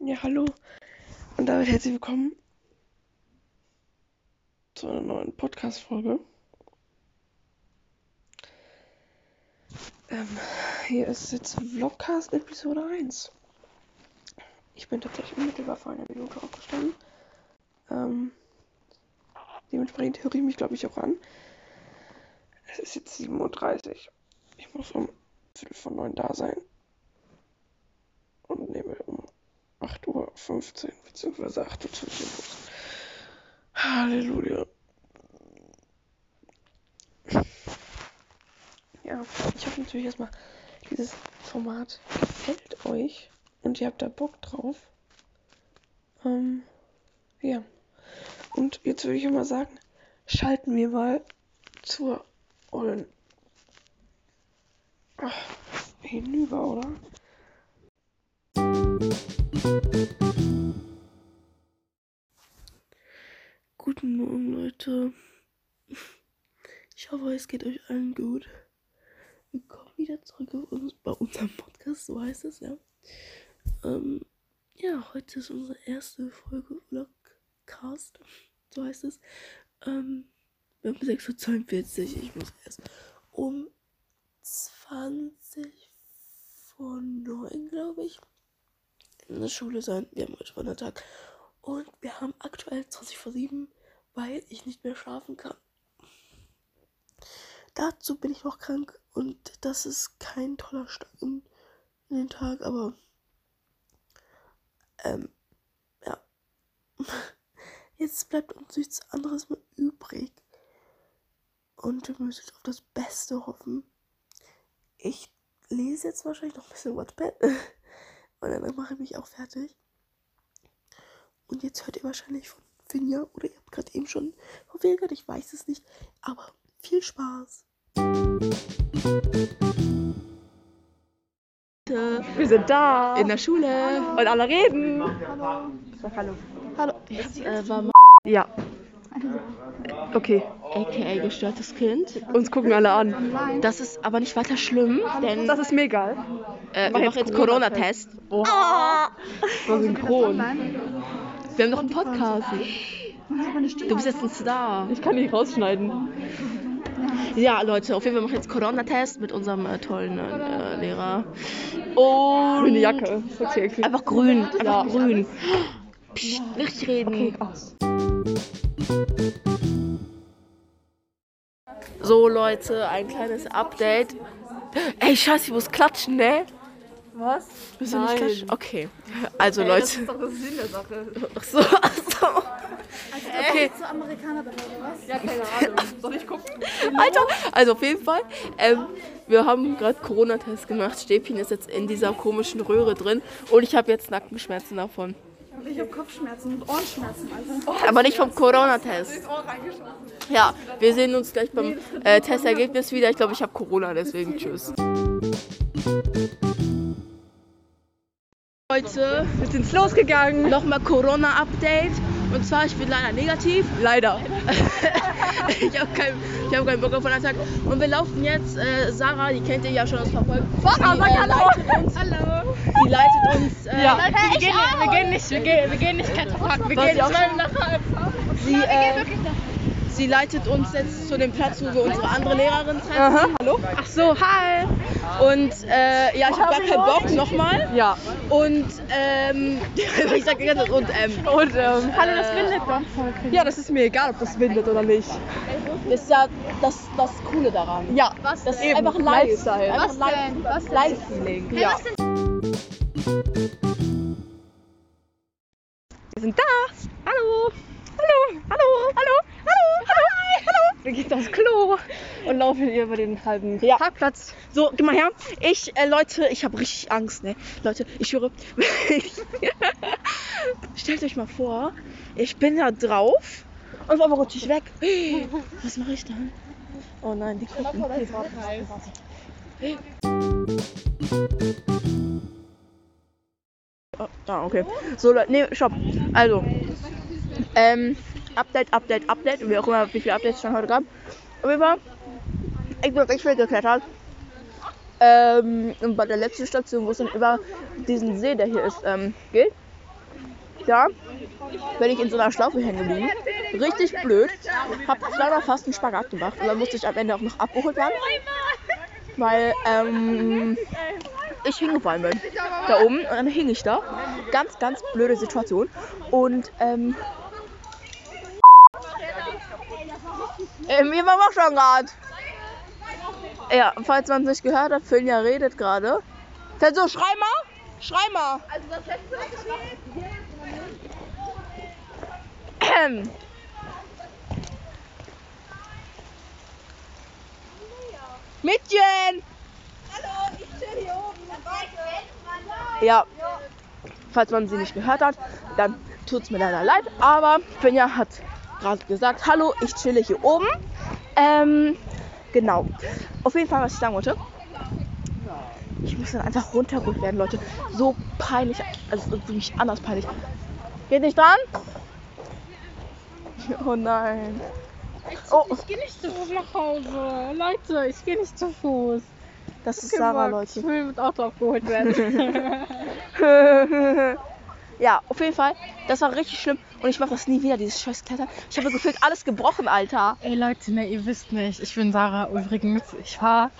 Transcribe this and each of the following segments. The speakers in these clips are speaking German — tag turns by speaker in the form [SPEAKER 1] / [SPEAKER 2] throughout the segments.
[SPEAKER 1] Ja, hallo und damit herzlich willkommen zu einer neuen Podcast-Folge. Ähm, hier ist jetzt Vlogcast Episode 1. Ich bin tatsächlich unmittelbar vor einer Minute aufgestanden. Ähm, dementsprechend höre ich mich, glaube ich, auch an. Es ist jetzt 7.30 Uhr. Ich muss um Viertel von neun da sein und nehme um 8.15 Uhr bzw. 8.15 Uhr los. Halleluja. Ja, ich hoffe natürlich erstmal, dieses Format gefällt euch und ihr habt da Bock drauf. Ähm, ja. Und jetzt würde ich mal sagen, schalten wir mal zur ollen Ach, hinüber, oder? Guten Morgen, Leute. Ich hoffe, es geht euch allen gut. Willkommen wieder zurück bei uns- bei unserem Podcast, so heißt es ja. Ähm, ja, heute ist unsere erste Folge Vlogcast, so heißt es. Ähm, wir haben 6.42 Uhr, ich muss erst um 20 vor 9, glaube ich, in der Schule sein. Wir haben heute Wandertag. Und wir haben aktuell 20 vor 7, weil ich nicht mehr schlafen kann. Dazu bin ich noch krank und das ist kein toller Start in, in den Tag, aber ähm, ja. Jetzt bleibt uns nichts anderes mehr übrig. Und wir müssen auf das Beste hoffen. Ich lese jetzt wahrscheinlich noch ein bisschen Wattpad und dann mache ich mich auch fertig. Und jetzt hört ihr wahrscheinlich von Finja oder ihr habt gerade eben schon von Finja gehört, ich weiß es nicht. Aber viel Spaß.
[SPEAKER 2] Wir sind da. In der Schule. Und alle reden. Hallo. Hallo.
[SPEAKER 3] Es äh, war mal
[SPEAKER 2] Ja. Okay.
[SPEAKER 3] aka gestörtes Kind.
[SPEAKER 2] Uns gucken alle an.
[SPEAKER 3] Das ist aber nicht weiter schlimm, denn
[SPEAKER 2] Das ist mir egal.
[SPEAKER 3] äh, wir machen jetzt Corona-Test. Ah.
[SPEAKER 2] Wir synchron.
[SPEAKER 3] Wir haben noch einen Podcast. Du bist jetzt ein Star.
[SPEAKER 2] Ich kann die rausschneiden.
[SPEAKER 3] Ja, Leute, auf jeden Fall machen wir jetzt Corona-Test mit unserem äh, tollen äh, Lehrer. Und
[SPEAKER 2] Grüne Jacke. Ist Okay, okay.
[SPEAKER 3] Einfach grün, einfach
[SPEAKER 2] Ja.
[SPEAKER 3] grün. Psst, nicht reden. So, Leute, ein kleines Update. Ey, scheiße, ich muss klatschen, ne? Was? Müssen wir nicht klatschen? Okay. Also, Leute.
[SPEAKER 4] Das ist Sinn der Sache.
[SPEAKER 3] Ach so, ach so. Okay.
[SPEAKER 4] So Amerikaner oder was? Ja,
[SPEAKER 3] Alter. Also, auf jeden Fall. Ähm, wir haben gerade Corona-Test gemacht. Stäbchen ist jetzt in dieser komischen Röhre drin. Und ich habe jetzt Nackenschmerzen davon.
[SPEAKER 4] ich habe Kopfschmerzen und Ohrenschmerzen. Alter.
[SPEAKER 3] Aber nicht vom Corona-Test. Ja, wir sehen uns gleich beim äh, Testergebnis wieder. Ich glaube, ich habe Corona, deswegen tschüss. Heute
[SPEAKER 2] Wir sind losgegangen.
[SPEAKER 3] nochmal Corona-Update. Und zwar, ich bin leider negativ.
[SPEAKER 2] Leider.
[SPEAKER 3] Ich habe keinen hab keinen Bock auf den Tag. Und wir laufen jetzt, äh, Sarah, die kennt ihr ja schon aus Verfolgen. Sarah, die, äh, leitet uns, Die leitet uns. Äh,
[SPEAKER 2] Ja.
[SPEAKER 5] Wir gehen, wir gehen nicht, wir gehen, wir gehen nicht Kletterpark, wir
[SPEAKER 3] Was
[SPEAKER 5] gehen
[SPEAKER 3] ich auch
[SPEAKER 5] mal
[SPEAKER 3] schon-
[SPEAKER 5] nach
[SPEAKER 3] Sie, äh, sie leitet uns jetzt zu dem Platz, wo wir unsere andere Lehrerin treffen.
[SPEAKER 2] Aha. Hallo?
[SPEAKER 3] Ach so, hi. Und äh, ja, ich habe gar keinen Bock nochmal.
[SPEAKER 2] Ja.
[SPEAKER 3] Und ähm, ich sag die ganze Zeit, und ähm,
[SPEAKER 2] Und ähm,
[SPEAKER 5] Hallo, das windet bei uns voll.
[SPEAKER 2] ja, das ist mir egal, ob das windet oder nicht.
[SPEAKER 3] das ist ja das, das Coole daran.
[SPEAKER 2] Ja.
[SPEAKER 5] Was
[SPEAKER 3] Das ist
[SPEAKER 2] Eben,
[SPEAKER 3] einfach live.
[SPEAKER 2] Lifestyle.
[SPEAKER 3] Einfach
[SPEAKER 5] Was
[SPEAKER 3] live-
[SPEAKER 5] denn? Was denn?
[SPEAKER 3] Live-Feeling.
[SPEAKER 2] Ja. Wir sind da. Hallo. Hallo. Hallo. Hallo. Hallo. Hallo. Hallo. Wir gehen aufs Klo und laufen hier über den halben
[SPEAKER 3] Ja.
[SPEAKER 2] Parkplatz.
[SPEAKER 3] So, geh mal her. Ich, äh, Leute, ich habe richtig Angst, ne? Leute, ich schwöre. Stellt euch mal vor, ich bin da drauf und auf einmal rutsche ich weg. Was mache ich dann? Oh nein, die gucken. Oh, ah, okay. So, Leute, nee, stopp. Also, ähm, Update, Update, Update. Wie auch immer, wie viele Updates es schon heute gab. Auf jeden Fall, ich bin richtig viel geklettert. Ähm, und bei der letzten Station, wo es dann über diesen See, der hier ist, ähm, geht, Da bin ich in so einer Schlaufe hängen geblieben. Richtig blöd. Hab leider fast einen Spagat gemacht. Und dann musste ich am Ende auch noch abgeholt werden. Weil ähm, ich hingefallen bin. Da oben. Und dann hing ich da. Ganz, ganz blöde Situation. Und ähm, ähm, wir waren auch schon gerade. Ja, falls man es nicht gehört hat, Finja redet gerade. Versuch, schrei mal! Schrei mal! Also das letzte Mal Mädchen! Ja, falls man sie nicht gehört hat, dann tut's mir leider leid, aber Finja hat gerade gesagt, hallo, ich chille hier oben. Ähm, genau. Auf jeden Fall, was ich sagen wollte. Ich muss dann einfach runtergeholt werden, Leute. So peinlich. Also es ist wirklich anders peinlich. Geht nicht dran? Oh nein. Oh,
[SPEAKER 5] Ich gehe nicht zu Fuß nach Hause. Leute, ich gehe nicht zu Fuß.
[SPEAKER 3] das ist Sarah,
[SPEAKER 5] Ich
[SPEAKER 3] Leute.
[SPEAKER 5] will mit Auto abgeholt werden.
[SPEAKER 3] ja, auf jeden Fall. Das war richtig schlimm. Und ich mache das nie wieder, dieses scheiß Klettern. Ich habe gefühlt alles gebrochen, Alter.
[SPEAKER 5] Ey Leute, ne, ihr wisst nicht, ich bin Sarah übrigens. Ich war,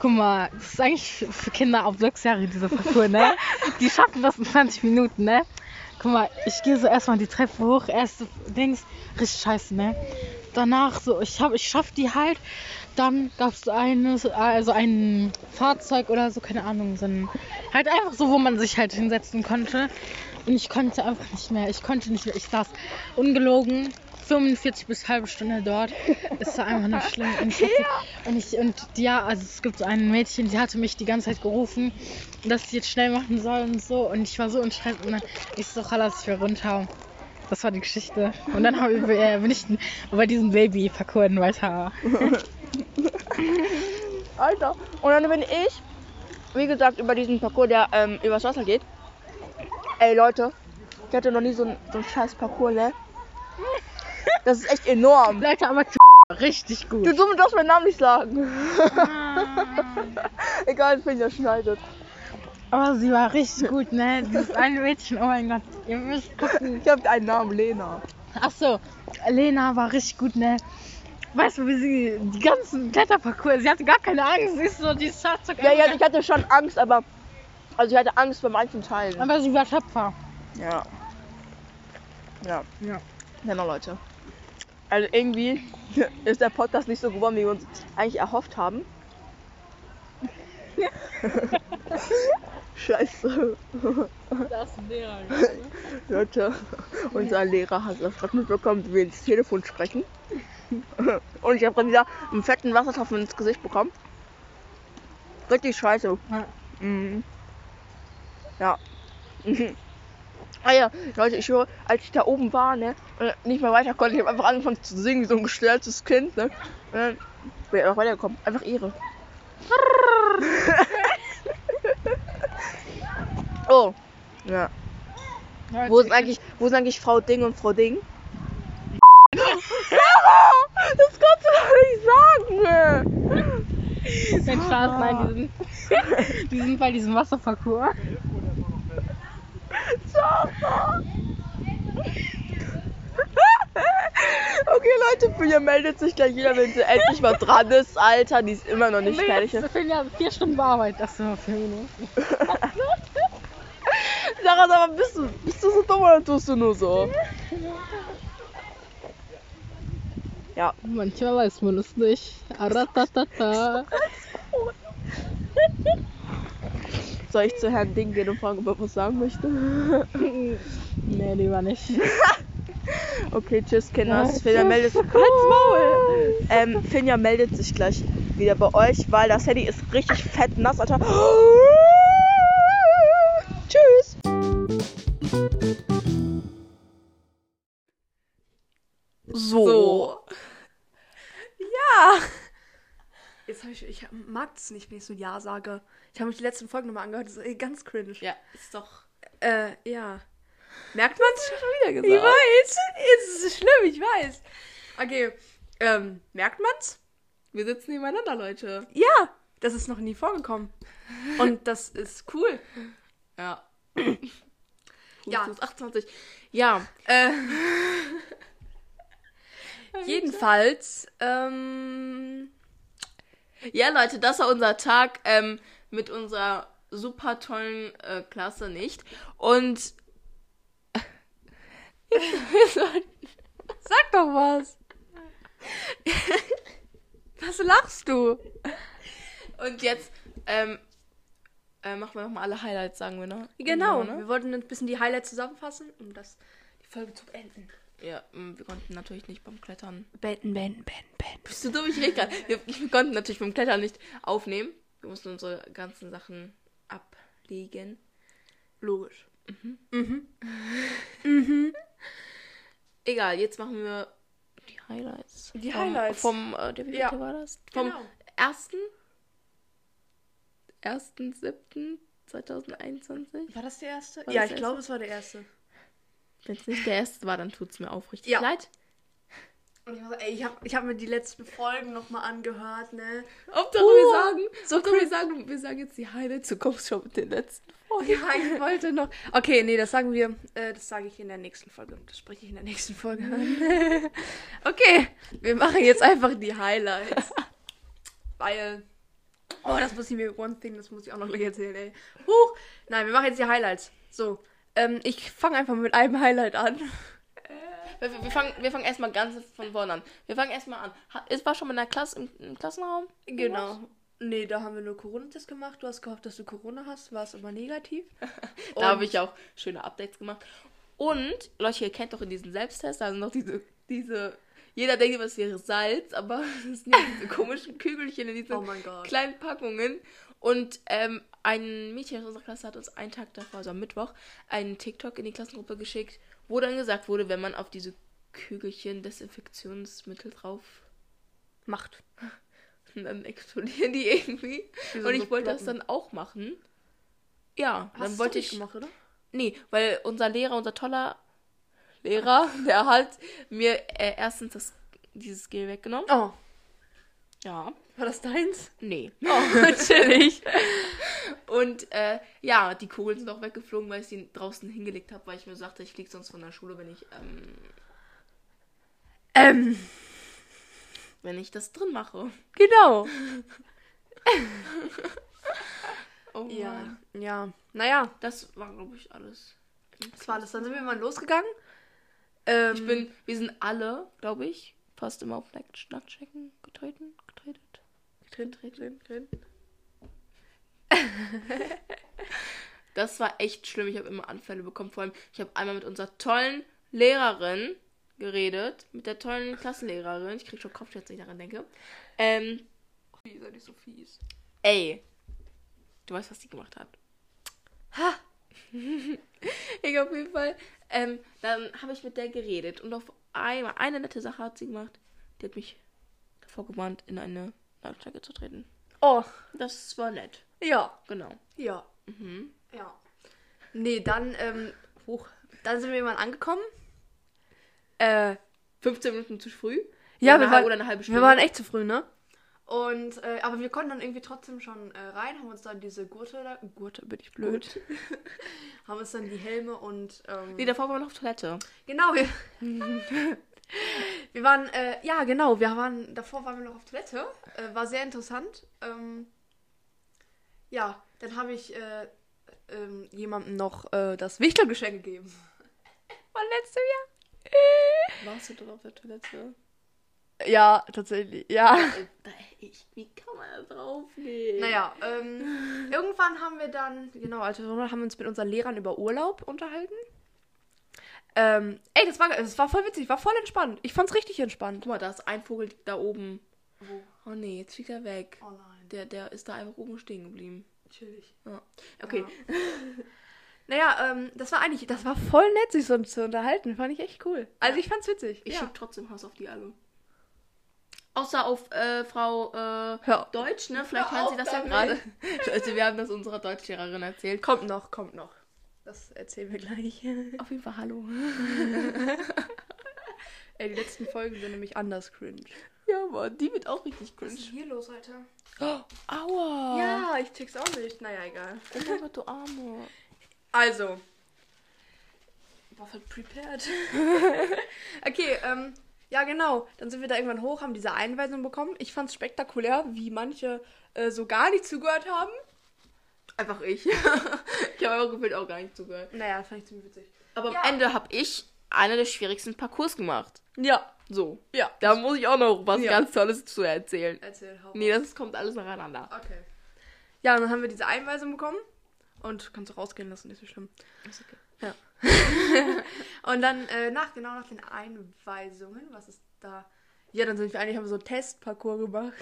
[SPEAKER 5] guck mal, das ist eigentlich für Kinder ab sechs Jahre diese Parcours, ne? Die schaffen das in 20 Minuten, ne? Guck mal, ich gehe so erstmal die Treppe hoch, erst links, richtig scheiße, ne? Danach so, ich hab, ich schaff die halt. Dann gab es eines, also ein Fahrzeug oder so, keine Ahnung, so ein, halt einfach so, wo man sich halt hinsetzen konnte. Und ich konnte einfach nicht mehr, ich konnte nicht mehr, ich saß ungelogen 45 bis halbe Stunde dort. Es war einfach nur schlimm. Und ich, hatte, und ich und ja, also es gibt so ein Mädchen, die hatte mich die ganze Zeit gerufen, dass ich jetzt schnell machen soll und so. Und ich war so im Stress und dann ich so, Chalas, ich will runter. Das war die Geschichte. Und dann hab ich, äh, bin ich bei diesem Baby-Parcours weiter.
[SPEAKER 3] Alter. Und dann bin ich, wie gesagt, über diesen Parcours, der ähm, übers Wasser geht. Ey, Leute, ich hatte noch nie so einen so einen scheiß Parcours, ne? Das ist echt enorm.
[SPEAKER 5] Leute, aber zu richtig
[SPEAKER 3] Du
[SPEAKER 5] gut.
[SPEAKER 3] dumm, du darfst meinen Namen nicht sagen. Egal, wenn der schneidet.
[SPEAKER 5] Aber Oh, sie war richtig gut, ne? Dieses eine Mädchen, oh mein Gott, ihr müsst gucken.
[SPEAKER 3] Ich hab einen Namen, Lena.
[SPEAKER 5] Ach so, Lena war richtig gut, ne? Weißt du, wie sie die ganzen Kletterparcours, sie hatte gar keine Angst, sie ist so die Fahrzeug.
[SPEAKER 3] Ja, ja, ich hatte schon Angst, aber. Also, ich hatte Angst bei manchen Teilen.
[SPEAKER 5] Aber sie war tapfer.
[SPEAKER 3] Ja. Ja.
[SPEAKER 5] Ja.
[SPEAKER 3] Genau, Leute. Also irgendwie ist der Podcast nicht so geworden, wie wir uns eigentlich erhofft haben. Scheiße. Leute, unser Lehrer hat das gerade mitbekommen, wie wir ins Telefon sprechen. Und ich habe gerade wieder einen fetten Wassertropfen ins Gesicht bekommen. Richtig scheiße.
[SPEAKER 5] Ja.
[SPEAKER 3] Mhm. Ja. Ah ja, Leute, ich höre, als ich da oben war, ne, und nicht mehr weiter konnte, ich habe einfach angefangen zu singen, wie so ein gestörtes Kind, ne. Und dann bin ich einfach weitergekommen. Einfach ihre. oh. Ja.
[SPEAKER 5] Leute,
[SPEAKER 3] Wo sind eigentlich, wo sind eigentlich Frau Ding und Frau Ding? Sarah! Das kannst du doch nicht sagen! ne.
[SPEAKER 5] Kein Spaß, nein, die sind, die sind bei diesem Wasserparcours.
[SPEAKER 3] Okay, Leute, für ihr meldet sich gleich jeder, wenn sie endlich mal dran ist. Alter, die ist immer noch nicht fertig.
[SPEAKER 5] Das sind ja vier Stunden Arbeit, das sind nur vier Minuten.
[SPEAKER 3] Sarah, sag mal, bist du, bist du so dumm oder tust du nur so?
[SPEAKER 5] Manchmal weiß man es nicht. Aratatata.
[SPEAKER 3] Soll ich zu Herrn Ding gehen und fragen, ob er was sagen möchte?
[SPEAKER 5] Nee, lieber nicht.
[SPEAKER 3] Okay, tschüss, Kinders. Finja meldet sich. Halt's Maul! Ähm, Finja meldet sich gleich wieder bei euch, weil das Handy ist richtig fett nass, Alter. Tschüss!
[SPEAKER 1] So.
[SPEAKER 4] Ja. Jetzt habe ich, ich mag es nicht, wenn ich so Ja sage. Ich habe mich die letzten Folgen nochmal angehört. Das ist eh ganz cringe.
[SPEAKER 2] Ja, ist doch.
[SPEAKER 4] Äh, ja. Merkt man es?
[SPEAKER 1] Wieder gesagt.
[SPEAKER 4] Ich weiß. Es ist schlimm, ich weiß. Okay. Ähm, merkt man's?
[SPEAKER 2] Wir sitzen nebeneinander, Leute.
[SPEAKER 4] Ja. Das ist noch nie vorgekommen. Und das ist cool.
[SPEAKER 2] Ja.
[SPEAKER 6] 28,
[SPEAKER 4] Ja.
[SPEAKER 6] du bist 28. Ja,
[SPEAKER 4] Äh, jedenfalls, ähm,
[SPEAKER 6] ja, Leute, das war unser Tag ähm, mit unserer super tollen äh, Klasse nicht. Und
[SPEAKER 4] sag doch was. was lachst du?
[SPEAKER 6] und jetzt ähm, äh, machen wir nochmal alle Highlights, sagen wir, ne?
[SPEAKER 4] Genau,
[SPEAKER 6] ne?
[SPEAKER 4] wir wollten ein bisschen die Highlights zusammenfassen, um das, die Folge zu beenden.
[SPEAKER 6] Ja, ähm, wir konnten natürlich nicht beim Klettern.
[SPEAKER 4] Beenden, beenden, beenden, beenden.
[SPEAKER 6] Bist du dumm? Ich rede gerade. Wir, wir konnten natürlich beim Klettern nicht aufnehmen. Wir mussten unsere ganzen Sachen ablegen. Mhm.
[SPEAKER 4] Logisch.
[SPEAKER 6] Egal, jetzt machen wir die Highlights.
[SPEAKER 4] Die
[SPEAKER 6] vom,
[SPEAKER 4] Highlights.
[SPEAKER 6] Vom, äh, der, wie
[SPEAKER 4] Ja.
[SPEAKER 6] ja. war das? Vom
[SPEAKER 4] Genau.
[SPEAKER 6] ersten, ersten, siebten 2021.
[SPEAKER 4] War das der erste?
[SPEAKER 6] War
[SPEAKER 4] ja,
[SPEAKER 6] das
[SPEAKER 4] ich
[SPEAKER 6] der
[SPEAKER 4] glaube, es war der erste.
[SPEAKER 6] Wenn es nicht der erste war, dann tut's mir aufrichtig
[SPEAKER 4] Ja.
[SPEAKER 6] leid.
[SPEAKER 4] Und ich, muss sagen, ey, ich habe ich hab mir die letzten Folgen nochmal angehört, ne?
[SPEAKER 6] Hauptsache wir sagen, so Hauptsache wir sagen, wir sagen jetzt die Highlights, du kommst schon mit den letzten.
[SPEAKER 4] Oh ja, ich wollte noch. Okay, nee, das sagen wir. Äh, das sage ich in der nächsten Folge. Das spreche ich in der nächsten Folge an. okay, wir machen jetzt einfach die Highlights. Weil. Oh, das muss ich mir. One thing, das muss ich auch noch gleich erzählen, ey. Huch! Nein, wir machen jetzt die Highlights. So. Ähm, ich fange einfach mit einem Highlight an.
[SPEAKER 6] Wir, wir, wir fangen, wir fangen erstmal ganz von vorne an. Wir fangen erstmal an. Ha- Es war schon in der Klasse, im, im Klassenraum.
[SPEAKER 4] Genau. Nee, da haben wir nur Corona-Test gemacht. Du hast gehofft, dass du Corona hast, war es aber negativ.
[SPEAKER 6] Da habe ich auch schöne Updates gemacht. Und, Leute, ihr kennt doch in diesen Selbsttest, also noch diese, diese, jeder denkt immer, es wäre Salz, aber es sind ja diese komischen Kügelchen in diesen
[SPEAKER 4] Oh mein Gott.
[SPEAKER 6] kleinen Packungen. Und ähm, ein Mädchen aus unserer Klasse hat uns einen Tag davor, also am Mittwoch, einen TikTok in die Klassengruppe geschickt, wo dann gesagt wurde, wenn man auf diese Kügelchen Desinfektionsmittel drauf
[SPEAKER 4] Macht.
[SPEAKER 6] und dann explodieren die irgendwie.
[SPEAKER 4] Wie so
[SPEAKER 6] Und
[SPEAKER 4] so
[SPEAKER 6] ich wollte das
[SPEAKER 4] Glocken.
[SPEAKER 6] dann auch machen. Ja,
[SPEAKER 4] Hast
[SPEAKER 6] dann wollte
[SPEAKER 4] du nicht
[SPEAKER 6] ich.
[SPEAKER 4] gemacht, oder?
[SPEAKER 6] Nee, weil unser Lehrer, unser toller Lehrer, der hat mir äh, erstens das, dieses Gel weggenommen.
[SPEAKER 4] Oh,
[SPEAKER 6] Ja.
[SPEAKER 4] war das deins? Oh,
[SPEAKER 6] Nee. natürlich. Und äh, ja, die Kugeln sind auch weggeflogen, weil ich sie draußen hingelegt habe, weil ich mir sagte, ich fliege sonst von der Schule, wenn ich, ähm,
[SPEAKER 4] Ähm,
[SPEAKER 6] wenn ich das drin mache.
[SPEAKER 4] genau.
[SPEAKER 6] Oh
[SPEAKER 4] Ja,
[SPEAKER 6] Mann.
[SPEAKER 4] ja. Naja,
[SPEAKER 6] Das war, glaube ich, alles.
[SPEAKER 4] Mhm. das war alles. Dann sind wir mal losgegangen. Ähm,
[SPEAKER 6] Ich bin, wir sind alle, glaube ich, fast immer auf Nackt- Nacktschnecken getreten, getretet.
[SPEAKER 4] drin, drin.
[SPEAKER 6] Das war echt schlimm. Ich habe immer Anfälle bekommen. Vor allem, ich habe einmal mit unserer tollen Lehrerin geredet. Mit der tollen Klassenlehrerin. Ich krieg schon Kopfschmerzen, wenn ich daran denke. Ähm.
[SPEAKER 4] Lisa, die ist so fies.
[SPEAKER 6] Ey. Du weißt, was die gemacht hat. Ha! ich auf jeden Fall. Ähm, dann habe ich mit der geredet und auf einmal eine nette Sache hat sie gemacht. Die hat mich davor gewarnt, in eine Lautstärke zu treten.
[SPEAKER 4] Oh,
[SPEAKER 6] Das war nett.
[SPEAKER 4] ja,
[SPEAKER 6] Genau.
[SPEAKER 4] ja. Ja. Nee, dann, ähm, hoch. Dann sind wir mal angekommen. Äh,
[SPEAKER 6] 15 Minuten zu früh.
[SPEAKER 4] ja,
[SPEAKER 6] Oder
[SPEAKER 4] wir
[SPEAKER 6] eine
[SPEAKER 4] waren,
[SPEAKER 6] halbe- oder eine halbe Stunde.
[SPEAKER 4] wir waren echt zu früh, ne? Und, äh, aber wir konnten dann irgendwie trotzdem schon äh, rein, haben uns dann diese Gurte, da, Gurte bin ich blöd, haben uns dann die Helme und, ähm,
[SPEAKER 6] Nee, davor waren wir noch auf Toilette.
[SPEAKER 4] Genau, wir, wir waren, äh, ja genau, wir waren, davor waren wir noch auf Toilette, äh, war sehr interessant. Ähm, ja, dann habe ich äh, ähm, jemandem noch äh, das Wichtelgeschenk gegeben. Von letztem
[SPEAKER 6] Warst du doch auf der Toilette?
[SPEAKER 4] Jahr? Ja, tatsächlich, ja. äh,
[SPEAKER 6] Ich, wie kann man da drauf nehmen?
[SPEAKER 4] Naja, ähm, irgendwann haben wir dann, genau, also haben wir uns mit unseren Lehrern über Urlaub unterhalten. Ähm, ey, das war, das war voll witzig, war voll entspannt. Ich fand's richtig entspannt.
[SPEAKER 6] Guck mal, da ist ein Vogel da oben. Oh nee, jetzt fliegt er weg.
[SPEAKER 4] Oh nein,
[SPEAKER 6] Der, der ist da einfach oben stehen geblieben.
[SPEAKER 4] natürlich.
[SPEAKER 6] Ja. Okay.
[SPEAKER 4] Naja, ähm, das war eigentlich, das war voll nett, sich so zu unterhalten. Fand ich echt cool. Also ich fand's witzig.
[SPEAKER 6] Ich
[SPEAKER 4] ja.
[SPEAKER 6] schieb trotzdem Hass auf die alle. Außer auf äh, Frau äh,
[SPEAKER 4] Hör-
[SPEAKER 6] Deutsch, ne? Vielleicht
[SPEAKER 4] Hör
[SPEAKER 6] hören sie
[SPEAKER 4] auf
[SPEAKER 6] das ja gerade.
[SPEAKER 4] damit.
[SPEAKER 6] Also wir haben das unserer Deutschlehrerin erzählt.
[SPEAKER 4] Kommt noch, kommt noch. Das erzählen wir gleich.
[SPEAKER 6] Auf jeden Fall hallo.
[SPEAKER 4] Ey, die letzten Folgen sind nämlich anders cringe.
[SPEAKER 6] Ja, Mann, die wird auch richtig cringe. Oh,
[SPEAKER 4] hier los, Alter?
[SPEAKER 6] Aua.
[SPEAKER 4] Ja, ich check's auch nicht. Naja, egal.
[SPEAKER 6] Oh mein Gott, du Arme.
[SPEAKER 4] Also, war voll prepared. okay, ähm, ja genau. Dann sind wir da irgendwann hoch, haben diese Einweisung bekommen. Ich fand's spektakulär, wie manche äh, so gar nicht zugehört haben.
[SPEAKER 6] Einfach ich. ich habe auch gefühlt auch gar nicht zugehört.
[SPEAKER 4] Naja, fand ich ziemlich witzig.
[SPEAKER 6] Aber am Ende habe ich einer der schwierigsten Parcours gemacht.
[SPEAKER 4] Ja,
[SPEAKER 6] So.
[SPEAKER 4] ja.
[SPEAKER 6] Da muss ich auch noch was
[SPEAKER 4] Ja.
[SPEAKER 6] ganz Tolles zu erzählen.
[SPEAKER 4] Erzähl, hau
[SPEAKER 6] Nee, das kommt alles nacheinander.
[SPEAKER 4] Okay. Ja, und dann haben wir diese Einweisung bekommen. Und kannst du rausgehen lassen, nicht so schlimm. Ist okay. Ja. und dann äh, nach, genau nach den Einweisungen, was ist da? Ja, dann sind wir eigentlich, haben wir so einen Testparcours gemacht.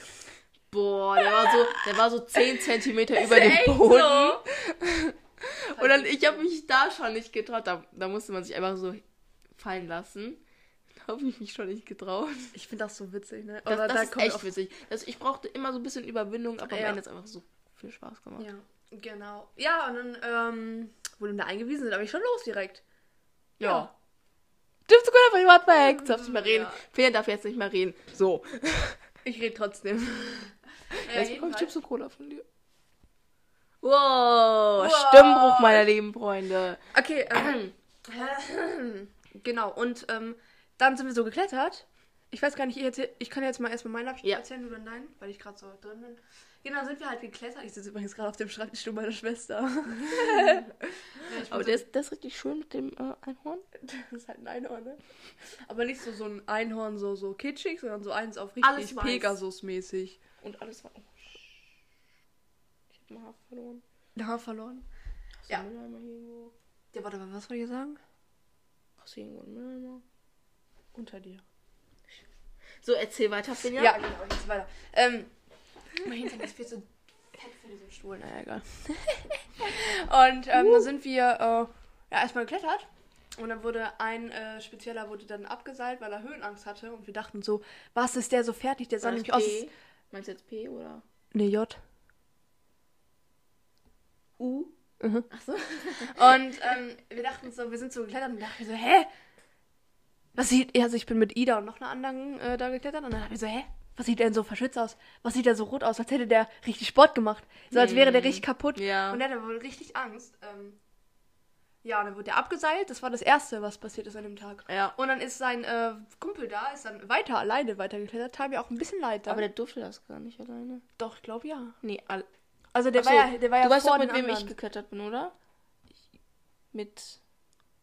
[SPEAKER 6] Boah, der war so, der war so 10 Zentimeter über dem Boden. Und dann, ich habe mich da schon nicht getraut. Da, da musste man sich einfach so fallen lassen. Da habe ich mich schon nicht getraut.
[SPEAKER 4] Ich finde das so witzig, ne?
[SPEAKER 6] Das,
[SPEAKER 4] Oder
[SPEAKER 6] das
[SPEAKER 4] da
[SPEAKER 6] ist
[SPEAKER 4] kommt
[SPEAKER 6] echt
[SPEAKER 4] auch-
[SPEAKER 6] witzig. Das, ich brauchte immer so ein bisschen Überwindung, aber
[SPEAKER 4] Ja.
[SPEAKER 6] am Ende ist einfach so viel Spaß gemacht.
[SPEAKER 4] Ja, genau. Ja, und dann ähm, wurden wir da eingewiesen, sind aber ich schon los direkt.
[SPEAKER 6] Ja. Dürft sogar einfach privat weg. Darfst nicht mehr reden.
[SPEAKER 4] Ja.
[SPEAKER 6] Fehler darf jetzt nicht mehr reden. So.
[SPEAKER 4] Ich rede trotzdem.
[SPEAKER 6] Ja,
[SPEAKER 4] Ja,
[SPEAKER 6] jetzt bekomme ich
[SPEAKER 4] jedenfalls.
[SPEAKER 6] Chips und Cola von dir. Wow, Stimmbruch, meine lieben Freunde.
[SPEAKER 4] Okay, ähm, genau. Und ähm, dann sind wir so geklettert. Ich weiß gar nicht, ich, erzähl, ich kann jetzt mal erstmal meinen Abschnitt
[SPEAKER 6] Ja.
[SPEAKER 4] erzählen oder nein, weil ich gerade so drin bin. Genau, sind wir halt geklettert. Ich sitze übrigens gerade auf dem Schreibtischstuhl meiner Schwester. Ja, ich
[SPEAKER 6] Aber
[SPEAKER 4] bin
[SPEAKER 6] der ist, der ist richtig schön mit dem äh, Einhorn.
[SPEAKER 4] so, das ist halt ein Einhorn, ne? Aber nicht so so ein Einhorn so, so kitschig, sondern so eins auf
[SPEAKER 6] Alles
[SPEAKER 4] richtig
[SPEAKER 6] weiß.
[SPEAKER 4] Pegasus-mäßig.
[SPEAKER 6] Und alles war. Ich hab mal verloren.
[SPEAKER 4] Na, verloren.
[SPEAKER 6] Hast
[SPEAKER 4] Ja.
[SPEAKER 6] du einen Mülleimer hier irgendwo?
[SPEAKER 4] Ja, warte mal, was wollte ich sagen?
[SPEAKER 6] Hast du irgendwo einen Mülleimer?
[SPEAKER 4] Unter dir.
[SPEAKER 6] So, erzähl weiter, Finja.
[SPEAKER 4] Ja, genau, jetzt weiter. Ähm, mein Hintern ist viel zu fett für diesen Stuhl, naja, egal. und ähm, dann sind wir äh, ja, erstmal geklettert. Und dann wurde ein äh, Spezieller wurde dann abgeseilt, weil er Höhenangst hatte. Und wir dachten so, was ist der so fertig? Der sah
[SPEAKER 6] War
[SPEAKER 4] nämlich
[SPEAKER 6] das
[SPEAKER 4] aus.
[SPEAKER 6] P? Meinst du jetzt P oder?
[SPEAKER 4] Ne, J.
[SPEAKER 6] U?
[SPEAKER 4] Und ähm, wir dachten so, wir sind so geklettert und dachten so, hä? Was sieht, also ich bin mit Ida und noch einer anderen äh, da geklettert und dann dachten wir so, hä? Was sieht der denn so verschwitzt aus? Was sieht der so rot aus? Als hätte der richtig Sport gemacht. So als wäre der richtig kaputt.
[SPEAKER 6] Mhm. Ja.
[SPEAKER 4] Und der hatte wohl richtig Angst. Ähm, ja, dann wurde der abgeseilt. Das war das Erste, was passiert ist an dem Tag.
[SPEAKER 6] Ja.
[SPEAKER 4] Und dann ist sein äh, Kumpel da, ist dann weiter alleine weitergeklettert. Tat mir auch ein bisschen leid. Dann.
[SPEAKER 6] Aber der durfte das gar nicht alleine.
[SPEAKER 4] doch, ich glaube ja.
[SPEAKER 6] Nee, all
[SPEAKER 4] Also der
[SPEAKER 6] Ach so,
[SPEAKER 4] war ja, der war ja
[SPEAKER 6] Du weißt
[SPEAKER 4] vor
[SPEAKER 6] doch, mit
[SPEAKER 4] den
[SPEAKER 6] wem ich
[SPEAKER 4] anderen.
[SPEAKER 6] geklettert bin, oder? Mit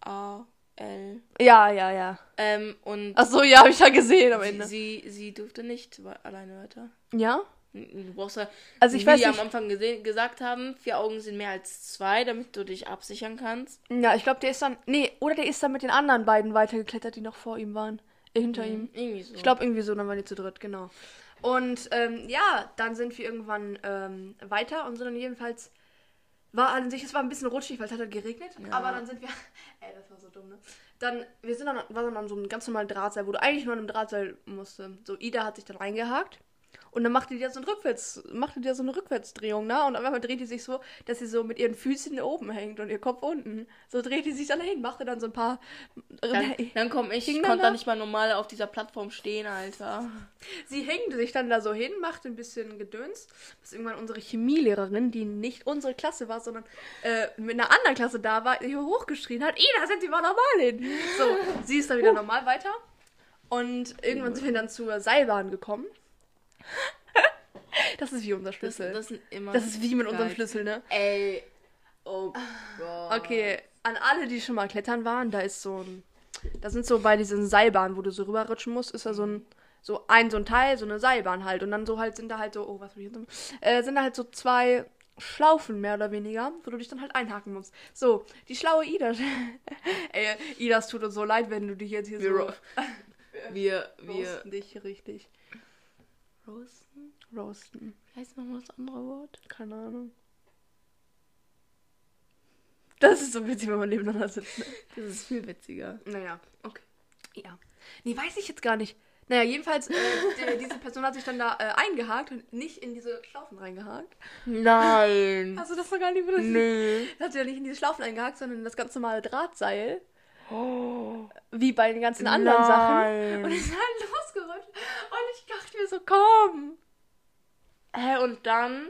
[SPEAKER 6] A, L.
[SPEAKER 4] Ja, ja, ja.
[SPEAKER 6] Ähm, und
[SPEAKER 4] Ach so, ja, habe ich ja gesehen am
[SPEAKER 6] sie,
[SPEAKER 4] Ende.
[SPEAKER 6] sie, sie durfte nicht we- alleine weiter.
[SPEAKER 4] Ja?
[SPEAKER 6] Du brauchst ja,
[SPEAKER 4] Also ich
[SPEAKER 6] wie
[SPEAKER 4] weiß
[SPEAKER 6] die am
[SPEAKER 4] nicht-
[SPEAKER 6] Anfang gesehen, gesagt haben, vier Augen sind mehr als zwei, damit du dich absichern kannst.
[SPEAKER 4] Ja, ich glaube, der ist dann. Nee, oder der ist dann mit den anderen beiden weitergeklettert, die noch vor ihm waren. Äh, Hinter ihm.
[SPEAKER 6] Mhm. Irgendwie so.
[SPEAKER 4] Ich glaube, irgendwie so, dann waren die zu dritt, genau. Und ähm, ja, dann sind wir irgendwann ähm, weiter und sind dann jedenfalls. War an sich, es war ein bisschen rutschig, weil es hat halt geregnet. Aber dann sind wir. Ey, das war so dumm, ne? Dann, wir sind dann, waren dann an so einem ganz normalen Drahtseil, wo du eigentlich nur an einem Drahtseil musste. So, Ida hat sich dann reingehakt. Und dann machte die da so, einen Rückwärts, machte die da so eine Rückwärtsdrehung, ne? Und auf einmal dreht die sich so, dass sie so mit ihren Füßen oben hängt und ihr Kopf unten. So dreht die sich dann hin, machte dann so ein paar.
[SPEAKER 6] Dann, dann komm ich, ich konnte
[SPEAKER 4] Gegeneinander?
[SPEAKER 6] da nicht mal normal auf dieser Plattform stehen, Alter.
[SPEAKER 4] Sie hängt sich dann da so hin, macht ein bisschen Gedöns, bis irgendwann unsere Chemielehrerin, die nicht unsere Klasse war, sondern äh, mit einer anderen Klasse da war, hier hochgeschrien hat, Ida, sind Sie mal normal hin. So, sie ist dann wieder normal weiter. Und irgendwann sind wir dann zur Seilbahn gekommen. Das ist wie unser
[SPEAKER 6] Das,
[SPEAKER 4] Schlüssel. Das,
[SPEAKER 6] das sind immer.
[SPEAKER 4] ist wie mit unserem
[SPEAKER 6] geil.
[SPEAKER 4] Schlüssel, ne?
[SPEAKER 6] Ey. Oh Gott.
[SPEAKER 4] Okay, an alle, die schon mal klettern waren, da ist so ein. Da sind so bei diesen Seilbahnen, wo du so rüberrutschen musst, ist da so ein. So ein, so ein Teil, so eine Seilbahn halt. Und dann so halt sind da halt so. Oh, was hab ich jetzt? noch- Äh, sind da halt so zwei Schlaufen mehr oder weniger, wo du dich dann halt einhaken musst. So, die schlaue Ida. Ey, Ida, es tut uns so leid, wenn du dich jetzt hier
[SPEAKER 6] Wir,
[SPEAKER 4] so.
[SPEAKER 6] ro- wir, wir,
[SPEAKER 4] Roasten dich richtig. Roasten? Roasten.
[SPEAKER 6] Wie heißt nochmal das andere Wort?
[SPEAKER 4] Keine Ahnung. Das ist so witzig, wenn man nebeneinander sitzt. Ne?
[SPEAKER 6] Das ist viel witziger.
[SPEAKER 4] Naja, okay. Ja. Nee, weiß ich jetzt gar nicht. Naja, jedenfalls, äh, die, diese Person hat sich dann da äh, eingehakt und nicht in diese Schlaufen reingehakt.
[SPEAKER 6] Nein.
[SPEAKER 4] Hast du das noch gar nicht benutzt?
[SPEAKER 6] Nö.
[SPEAKER 4] Hat sie ja nicht in diese Schlaufen eingehakt, sondern in das ganz normale Drahtseil. Wie bei den ganzen anderen Sachen. Und ist halt losgerutscht. Und ich dachte mir so, komm.
[SPEAKER 6] Hä, und dann?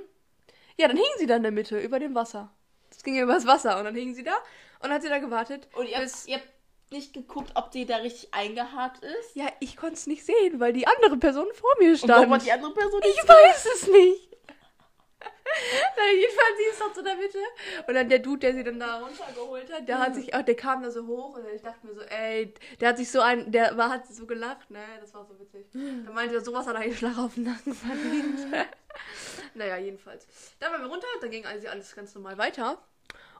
[SPEAKER 4] Ja, dann hing sie da in der Mitte, über dem Wasser. Das ging ja übers Wasser. Und dann hing sie da und hat sie da gewartet.
[SPEAKER 6] Und ihr habt,
[SPEAKER 4] bis-
[SPEAKER 6] ihr habt nicht geguckt, ob die da richtig eingehakt ist.
[SPEAKER 4] Ja, ich konnte es nicht sehen, weil die andere Person vor mir
[SPEAKER 6] Und warum
[SPEAKER 4] stand.
[SPEAKER 6] hat die andere Person nicht
[SPEAKER 4] Ich weiß es nicht. Na, jedenfalls, sie ist doch so in der Mitte. Und dann der Dude, der sie dann da runtergeholt hat, der hat sich auch, der kam da so hoch und ich dachte mir so, ey, der hat sich so ein, der war, hat so gelacht, ne? Das war so witzig. Da meinte er, sowas hat er einen Schlag auf den Nacken verdient. naja, jedenfalls. Dann waren wir runter, dann ging also alles ganz normal weiter.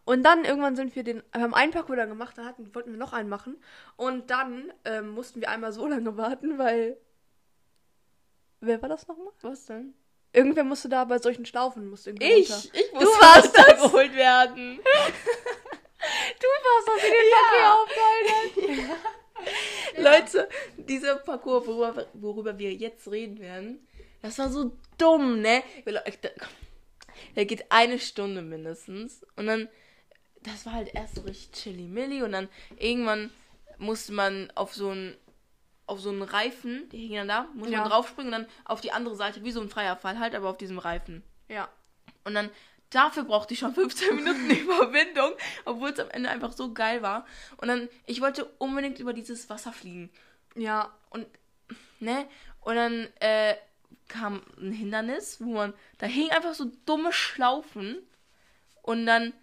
[SPEAKER 4] Und dann irgendwann sind wir den, wir haben einen Parcours dann gemacht, da hatten, wollten wir noch einen machen. Und dann ähm, mussten wir einmal so lange warten, weil. Wer war das nochmal?
[SPEAKER 6] Was denn?
[SPEAKER 4] Irgendwer musste da bei solchen Schlaufen musste irgendwie
[SPEAKER 6] Ich,
[SPEAKER 4] runter.
[SPEAKER 6] ich muss
[SPEAKER 4] warst
[SPEAKER 6] geholt werden.
[SPEAKER 4] Du warst das in den Verkehr aufgehalten.
[SPEAKER 6] Leute, dieser Parcours, worüber, worüber wir jetzt reden werden, das war so dumm, ne? Weil, äh, da- komm, Der geht eine Stunde mindestens. Und dann, das war halt erst so richtig chilly-milly. Und dann irgendwann musste man auf so einen auf so einen Reifen, die hingen dann da, musste
[SPEAKER 4] Ja.
[SPEAKER 6] man draufspringen und dann auf die andere Seite, wie so ein freier Fall halt, aber auf diesem Reifen.
[SPEAKER 4] Ja.
[SPEAKER 6] Und dann, dafür brauchte ich schon 15 Minuten Überwindung, obwohl es am Ende einfach so geil war. Und dann, ich wollte unbedingt über dieses Wasser fliegen,
[SPEAKER 4] Ja.
[SPEAKER 6] ne? Und dann äh, kam ein Hindernis, wo man, da hingen einfach so dumme Schlaufen. Und dann,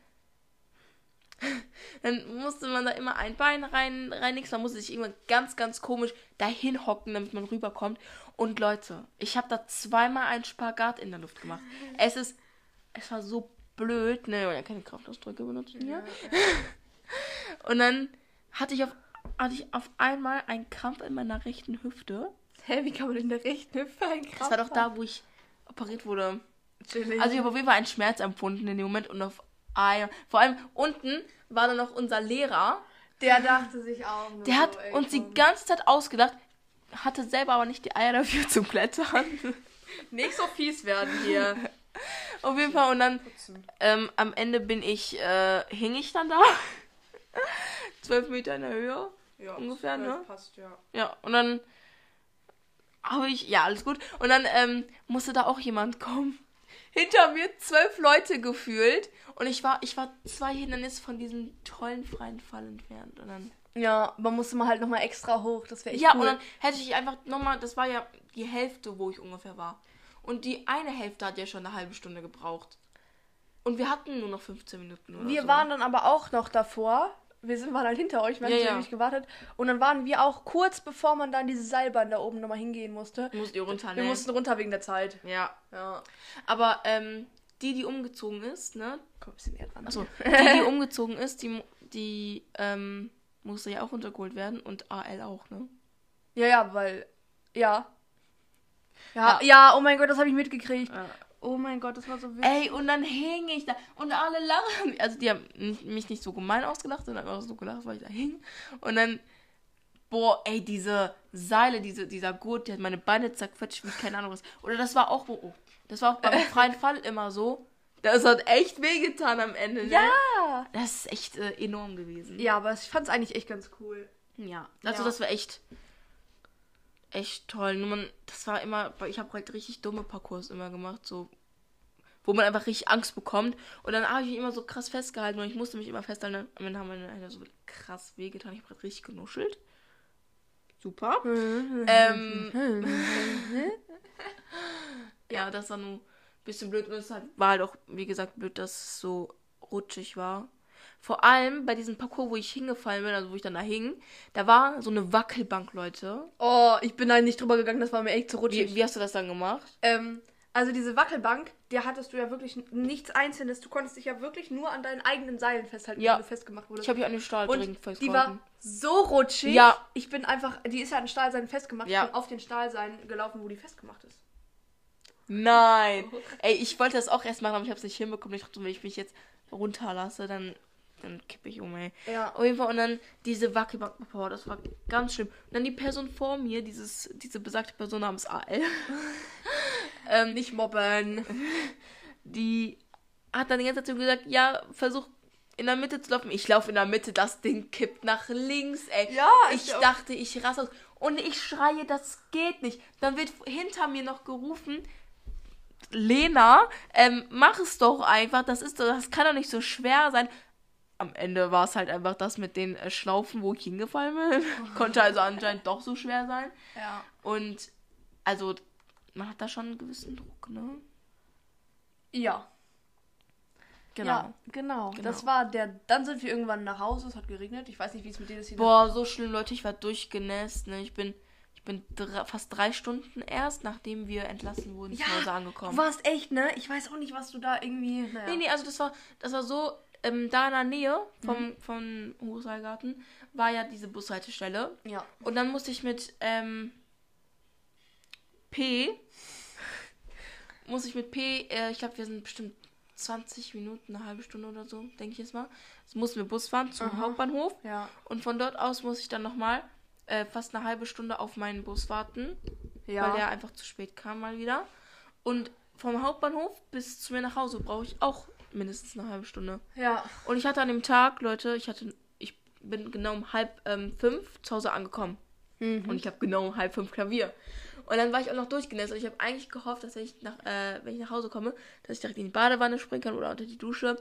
[SPEAKER 6] dann musste man da immer ein Bein rein, reinix, man musste sich irgendwann ganz, ganz komisch dahin hocken, damit man rüberkommt. Und Leute, ich habe da zweimal einen Spagat in der Luft gemacht. Es ist, es war so blöd, ne, weil er keine Kraftausdrücke benutzt, ja. Und dann hatte ich auf, hatte ich auf einmal einen Krampf in meiner rechten Hüfte.
[SPEAKER 4] Hä, wie kann man denn da recht ne Fallen
[SPEAKER 6] Das war doch da, wo ich operiert wurde. Also
[SPEAKER 4] Also,
[SPEAKER 6] ich habe auf jeden Fall einen Schmerz empfunden in dem Moment und auf einmal, vor allem unten war dann noch unser Lehrer,
[SPEAKER 4] der dachte sich auch. nur
[SPEAKER 6] der hat
[SPEAKER 4] so, ey,
[SPEAKER 6] uns die
[SPEAKER 4] komm.
[SPEAKER 6] ganze Zeit ausgedacht, hatte selber aber nicht die Eier dafür zu klettern.
[SPEAKER 4] Nicht so fies werden hier.
[SPEAKER 6] Auf jeden Fall. Und dann ähm, am Ende bin ich, äh, hing ich dann da. Zwölf Meter in der Höhe.
[SPEAKER 4] Ja,
[SPEAKER 6] Ungefähr, das ne?
[SPEAKER 4] Passt, ja.
[SPEAKER 6] Ja, und dann habe ich, ja, alles gut. Und dann ähm, musste da auch jemand kommen. Hinter mir zwölf Leute gefühlt. Und ich war, ich war zwei Hindernisse von diesem tollen freien Fall entfernt. Und dann,
[SPEAKER 4] Ja, man musste mal halt nochmal extra hoch, das wäre echt
[SPEAKER 6] ja,
[SPEAKER 4] cool.
[SPEAKER 6] und dann hätte ich einfach nochmal, das war ja die Hälfte, wo ich ungefähr war. Und die eine Hälfte hat ja schon eine halbe Stunde gebraucht. Und wir hatten nur noch 15 Minuten. Oder
[SPEAKER 4] wir
[SPEAKER 6] so.
[SPEAKER 4] waren dann aber auch noch davor. Wir sind waren halt hinter euch, wir haben
[SPEAKER 6] Ja,
[SPEAKER 4] ja,
[SPEAKER 6] ja.
[SPEAKER 4] nämlich gewartet. Und dann waren wir auch kurz bevor man dann diese Seilbahn da oben nochmal hingehen musste.
[SPEAKER 6] Musst ihr runter,
[SPEAKER 4] Wir
[SPEAKER 6] ne?
[SPEAKER 4] mussten runter wegen der Zeit.
[SPEAKER 6] Ja.
[SPEAKER 4] Ja.
[SPEAKER 6] Aber ähm, die, die umgezogen ist, ne?
[SPEAKER 4] Komm ein bisschen näher dran.
[SPEAKER 6] Achso, die, die umgezogen ist, die, mu- die ähm, musste ja auch runtergeholt werden und AL auch, ne?
[SPEAKER 4] Ja, ja, weil. Ja.
[SPEAKER 6] Ja.
[SPEAKER 4] Ja, ja, oh mein Gott, das habe ich mitgekriegt.
[SPEAKER 6] Ja. Äh.
[SPEAKER 4] Oh mein Gott, das war so witzig.
[SPEAKER 6] Ey, und dann hing ich da und alle lachen. Also die haben n- mich nicht so gemein ausgelacht, sondern einfach so gelacht, weil ich da hing. Und dann, boah, ey, diese Seile, diese, dieser Gurt, der hat meine Beine zerquetscht, wie keine Ahnung was. Oder das war auch, oh, oh, das war auch beim freien Fall immer so. Das hat echt wehgetan am Ende, ne?
[SPEAKER 4] Ja!
[SPEAKER 6] Das ist echt äh, enorm gewesen.
[SPEAKER 4] Ja, aber ich fand es eigentlich echt ganz cool.
[SPEAKER 6] Ja, also
[SPEAKER 4] Ja.
[SPEAKER 6] das war echt, echt toll. Nur man, das war immer, weil ich habe halt richtig dumme Parcours immer gemacht, so, wo man einfach richtig Angst bekommt. Und dann habe ich mich immer so krass festgehalten und ich musste mich immer festhalten. Und dann haben meine Hände so krass wehgetan. Ich habe halt richtig genuschelt. Super. ähm, ja, das war nur ein bisschen blöd. Und es halt, war halt auch, wie gesagt, blöd, dass es so rutschig war. Vor allem bei diesem Parcours, wo ich hingefallen bin, also wo ich dann da hing, da war so eine Wackelbank, Leute.
[SPEAKER 4] Oh, ich bin da nicht drüber gegangen, das war mir echt zu rutschig.
[SPEAKER 6] Wie, wie hast du das dann gemacht?
[SPEAKER 4] Ähm, also diese Wackelbank, der hattest du ja wirklich nichts Einzelnes. Du konntest dich ja wirklich nur an deinen eigenen Seilen festhalten,
[SPEAKER 6] Ja.
[SPEAKER 4] wenn du festgemacht wurdest.
[SPEAKER 6] Ich habe hier an den Stahl drin
[SPEAKER 4] und die war so rutschig.
[SPEAKER 6] Ja.
[SPEAKER 4] Ich bin einfach, die ist ja an Stahlseilen festgemacht.
[SPEAKER 6] Ja.
[SPEAKER 4] Ich bin auf den Stahlseilen gelaufen, wo die festgemacht ist.
[SPEAKER 6] Nein. Ey, ich wollte das auch erst machen, aber ich habe es nicht hinbekommen. Ich dachte, wenn ich mich jetzt runterlasse, dann, dann kippe ich um, ey.
[SPEAKER 4] Ja.
[SPEAKER 6] Auf jeden Fall, und dann diese Wackelbank, boah, das war ganz schlimm. Und dann die Person vor mir, dieses, diese besagte Person namens AL, ähm,
[SPEAKER 4] Nicht mobben.
[SPEAKER 6] die hat dann die ganze Zeit so gesagt, ja, versuch in der Mitte zu laufen. Ich laufe in der Mitte, das Ding kippt nach links, ey.
[SPEAKER 4] Ja,
[SPEAKER 6] ich
[SPEAKER 4] ist ja auch-
[SPEAKER 6] dachte, ich raste aus. Und ich schreie, das geht nicht. Dann wird hinter mir noch gerufen, Lena, ähm, mach es doch einfach. Das ist doch, das kann doch nicht so schwer sein. am Ende war es halt einfach das mit den äh, Schlaufen, wo ich hingefallen bin. Konnte also anscheinend doch so schwer sein.
[SPEAKER 4] Ja.
[SPEAKER 6] Und also, man hat da schon einen gewissen Druck, ne?
[SPEAKER 4] Ja.
[SPEAKER 6] Genau.
[SPEAKER 4] Ja, genau. Das war der. Dann sind wir irgendwann nach Hause. Es hat geregnet. Ich weiß nicht, wie es mit dir ist. hier-
[SPEAKER 6] Boah, so schlimm, Leute, ich war durchgenässt, ne? Ich bin, ich bin dr fast drei Stunden erst, nachdem wir entlassen wurden,
[SPEAKER 4] Ja,
[SPEAKER 6] zu Hause
[SPEAKER 4] Du
[SPEAKER 6] angekommen.
[SPEAKER 4] warst echt, ne? Ich weiß auch nicht, was du da irgendwie. Naja.
[SPEAKER 6] Nee, nee, also das war, das war so, ähm, da in der Nähe vom, vom Hochseilgarten war ja diese Bushaltestelle.
[SPEAKER 4] Ja.
[SPEAKER 6] Und dann musste ich mit ähm, P. Muss ich mit P, äh, ich glaube, wir sind bestimmt 20 Minuten, eine halbe Stunde oder so, denke ich jetzt mal. Jetzt mussten wir Bus fahren zum Hauptbahnhof.
[SPEAKER 4] Ja.
[SPEAKER 6] Und von dort aus muss ich dann nochmal äh, fast eine halbe Stunde auf meinen Bus warten, weil der
[SPEAKER 4] Ja.
[SPEAKER 6] einfach zu spät kam mal wieder. Und vom Hauptbahnhof bis zu mir nach Hause brauche ich auch mindestens eine halbe Stunde.
[SPEAKER 4] Ja.
[SPEAKER 6] Und ich hatte an dem Tag, Leute, ich hatte, ich bin genau um halb ähm, fünf zu Hause angekommen. Und ich habe genau um halb fünf Klavier. Und dann war ich auch noch durchgenässt und ich habe eigentlich gehofft, dass wenn ich, nach, äh, wenn ich nach Hause komme, dass ich direkt in die Badewanne springen kann oder unter die Dusche,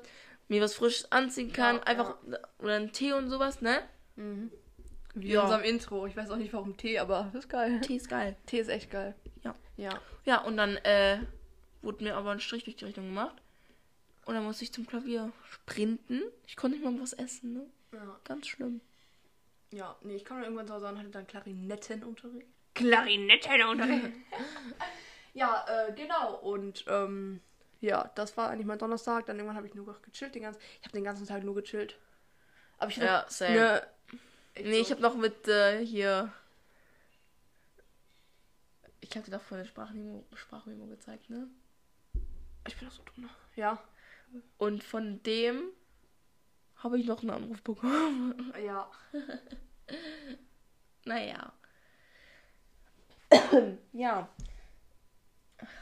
[SPEAKER 6] mir was Frisches anziehen kann, einfach oder einen Tee und sowas, ne?
[SPEAKER 4] Wie
[SPEAKER 6] Ja.
[SPEAKER 4] in unserem Intro. Ich weiß auch nicht, warum Tee, aber das ist geil.
[SPEAKER 6] Tee ist geil.
[SPEAKER 4] Tee ist echt geil.
[SPEAKER 6] Ja.
[SPEAKER 4] Ja.
[SPEAKER 6] Ja, und dann äh, wurde mir aber ein Strich durch die Richtung gemacht. Und dann musste ich zum Klavier sprinten. Ich konnte nicht mal was essen, ne?
[SPEAKER 4] Ja.
[SPEAKER 6] Ganz schlimm.
[SPEAKER 4] Ja, nee, ich kam dann irgendwann zu Hause und hatte dann Klarinettenunterricht. Klarinettenunterricht! ja, äh, genau. Und ähm, ja, das war eigentlich mein Donnerstag. Dann irgendwann habe ich nur noch gechillt. Den ganzen, ich habe den ganzen Tag nur gechillt. Aber ich
[SPEAKER 6] Ja, same.
[SPEAKER 4] Ne, echt
[SPEAKER 6] Nee,
[SPEAKER 4] so.
[SPEAKER 6] ich habe noch mit äh, hier. Ich habe dir doch vorhin eine Sprachmemo, Sprachmemo gezeigt, ne?
[SPEAKER 4] Ich bin auch so dumm. ne? Ja.
[SPEAKER 6] Und von dem habe ich noch einen Anruf bekommen.
[SPEAKER 4] Ja.
[SPEAKER 6] naja. ja.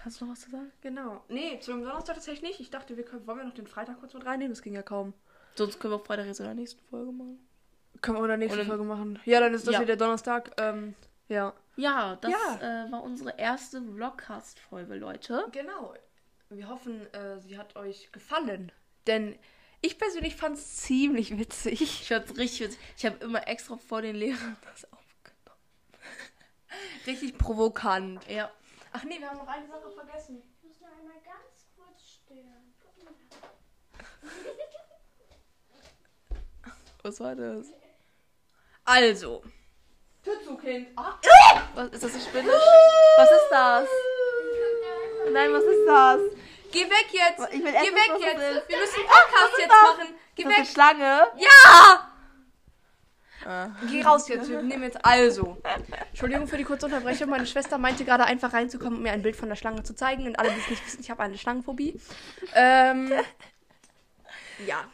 [SPEAKER 6] Hast du noch was zu sagen?
[SPEAKER 4] Genau. Nee, zu dem Donnerstag tatsächlich nicht. Ich dachte, wir können, wollen wir noch den Freitag kurz mit reinnehmen? Das ging ja kaum.
[SPEAKER 6] Sonst können wir auf Freitag jetzt in der nächsten Folge machen.
[SPEAKER 4] Können wir in der nächsten
[SPEAKER 6] Und dann-
[SPEAKER 4] Folge machen. Ja, dann ist das
[SPEAKER 6] Ja.
[SPEAKER 4] wieder Donnerstag. Ähm, ja.
[SPEAKER 6] Ja, das
[SPEAKER 4] Ja.
[SPEAKER 6] Äh, war unsere erste Vlogcast-Folge, Leute.
[SPEAKER 4] Genau. Wir hoffen, äh, sie hat euch gefallen. Denn ich persönlich fand es ziemlich witzig.
[SPEAKER 6] Ich fand's richtig witzig. Ich habe immer extra vor den Lehrern das aufgenommen.
[SPEAKER 4] Richtig provokant.
[SPEAKER 6] Ja.
[SPEAKER 4] Ach nee, wir haben noch eine Sache vergessen.
[SPEAKER 7] Ich muss nur einmal ganz kurz stören. Guck mal.
[SPEAKER 6] Was war das?
[SPEAKER 4] Also.
[SPEAKER 6] Was, ist das eine Spinne? Was ist das? Nein, was ist das?
[SPEAKER 4] Geh weg jetzt!
[SPEAKER 6] Ich will
[SPEAKER 4] Geh
[SPEAKER 6] erst
[SPEAKER 4] weg
[SPEAKER 6] wissen, was das
[SPEAKER 4] jetzt! Wir müssen Podcast jetzt machen! Geh
[SPEAKER 6] Ist das eine
[SPEAKER 4] weg!
[SPEAKER 6] Schlange?
[SPEAKER 4] Ja! Geh raus jetzt, wir nehmen jetzt also. Entschuldigung für die kurze Unterbrechung. Meine Schwester meinte gerade einfach reinzukommen, um mir ein Bild von der Schlange zu zeigen. Und alle, die es nicht wissen, ich habe eine Schlangenphobie. Ähm, ja,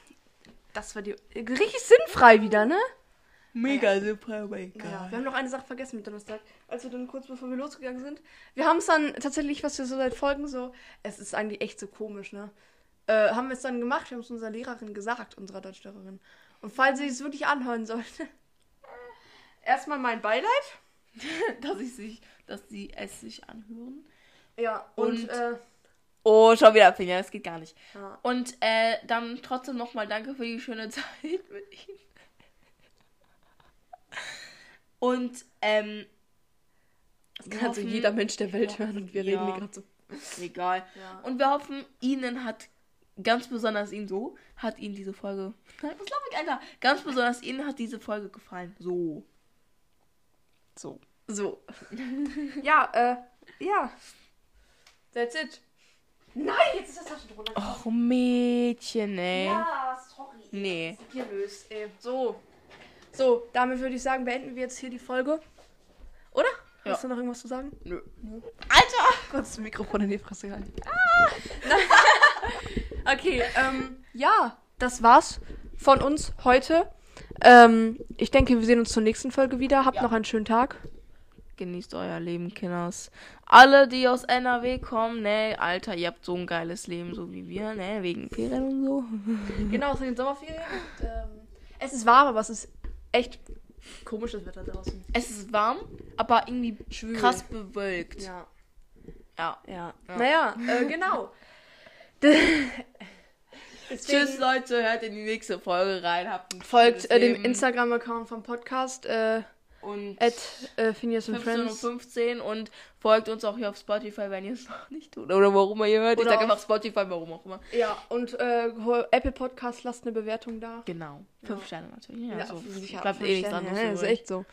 [SPEAKER 4] das war die. Richtig sinnfrei wieder, ne?
[SPEAKER 6] Mega super, mega.
[SPEAKER 4] Ja, wir haben noch eine Sache vergessen mit Donnerstag. Als wir dann kurz bevor wir losgegangen sind, wir haben es dann tatsächlich, was wir so seit Folgen so, es ist eigentlich echt so komisch, ne? Äh, haben wir es dann gemacht, wir haben es unserer Lehrerin gesagt, unserer Deutschlehrerin. Und falls sie es wirklich anhören sollte, erstmal mein Beileid.
[SPEAKER 6] Dass ich sich, dass sie es sich anhören.
[SPEAKER 4] Ja, und,
[SPEAKER 6] Und-
[SPEAKER 4] äh,
[SPEAKER 6] Oh, schon wieder Finger, das geht gar nicht.
[SPEAKER 4] Ja.
[SPEAKER 6] Und äh, dann trotzdem nochmal danke für die schöne Zeit mit Ihnen. Und ähm,
[SPEAKER 4] das kann also
[SPEAKER 6] hoffen-
[SPEAKER 4] jeder Mensch der Welt hören und wir
[SPEAKER 6] Ja.
[SPEAKER 4] reden hier gerade so.
[SPEAKER 6] egal.
[SPEAKER 4] Ja.
[SPEAKER 6] Und wir hoffen, Ihnen hat, ganz besonders Ihnen so, hat Ihnen diese Folge. Nein, was glaube ich, Alter? Ganz besonders Ihnen hat diese Folge gefallen. So. So. So.
[SPEAKER 4] Ja, äh, ja. That's it. Nein, jetzt ist das Taschentuch runter.
[SPEAKER 6] Och, Mädchen, ey.
[SPEAKER 4] Ja, sorry.
[SPEAKER 6] Nee.
[SPEAKER 4] Hier löst, ey. So. So, damit würde ich sagen, beenden wir jetzt hier die Folge. Oder?
[SPEAKER 6] Ja.
[SPEAKER 4] Hast du noch irgendwas zu sagen?
[SPEAKER 6] Nö.
[SPEAKER 4] Alter! Kurz das Mikrofon in die Fresse gehalten. Ah! okay, ähm, ja, das war's von uns heute. Ähm, ich denke, wir sehen uns zur nächsten Folge wieder. Habt noch einen schönen Tag.
[SPEAKER 6] Genießt euer Leben, Kinders. Alle, die aus NRW kommen, ne, Alter, ihr habt so ein geiles Leben, so wie wir, ne, wegen Ferien und so.
[SPEAKER 4] Genau, es sind die Sommerferien. Und, ähm, es ist warm, aber es ist echt komisches Wetter draußen.
[SPEAKER 6] Es ist warm, aber irgendwie krass bewölkt.
[SPEAKER 4] Ja.
[SPEAKER 6] Ja.
[SPEAKER 4] Ja.
[SPEAKER 6] Ja.
[SPEAKER 4] Naja, äh, genau.
[SPEAKER 6] Tschüss, Leute. Hört in die nächste Folge rein. Habt ein
[SPEAKER 4] Folgt
[SPEAKER 6] schönes
[SPEAKER 4] äh, dem
[SPEAKER 6] Leben.
[SPEAKER 4] Instagram-Account vom Podcast, äh,
[SPEAKER 6] und
[SPEAKER 4] at äh, Phineas and
[SPEAKER 6] 15 und
[SPEAKER 4] Friends.
[SPEAKER 6] 15 und folgt uns auch hier auf Spotify, wenn ihr es noch nicht tut. Oder warum ihr hört.
[SPEAKER 4] Oder
[SPEAKER 6] ich sag
[SPEAKER 4] auf-
[SPEAKER 6] einfach Spotify, warum auch immer.
[SPEAKER 4] Ja, und äh, Apple Podcast lasst eine Bewertung da.
[SPEAKER 6] Genau. Fünf Sterne natürlich. Ja, so.
[SPEAKER 4] sicher.
[SPEAKER 6] Bleibt eh nichts anderes.
[SPEAKER 4] Ja, ist
[SPEAKER 6] übrig.
[SPEAKER 4] echt so.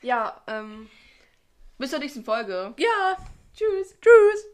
[SPEAKER 4] Ja, ähm.
[SPEAKER 6] Bis zur nächsten Folge.
[SPEAKER 4] Ja. Tschüss. Tschüss.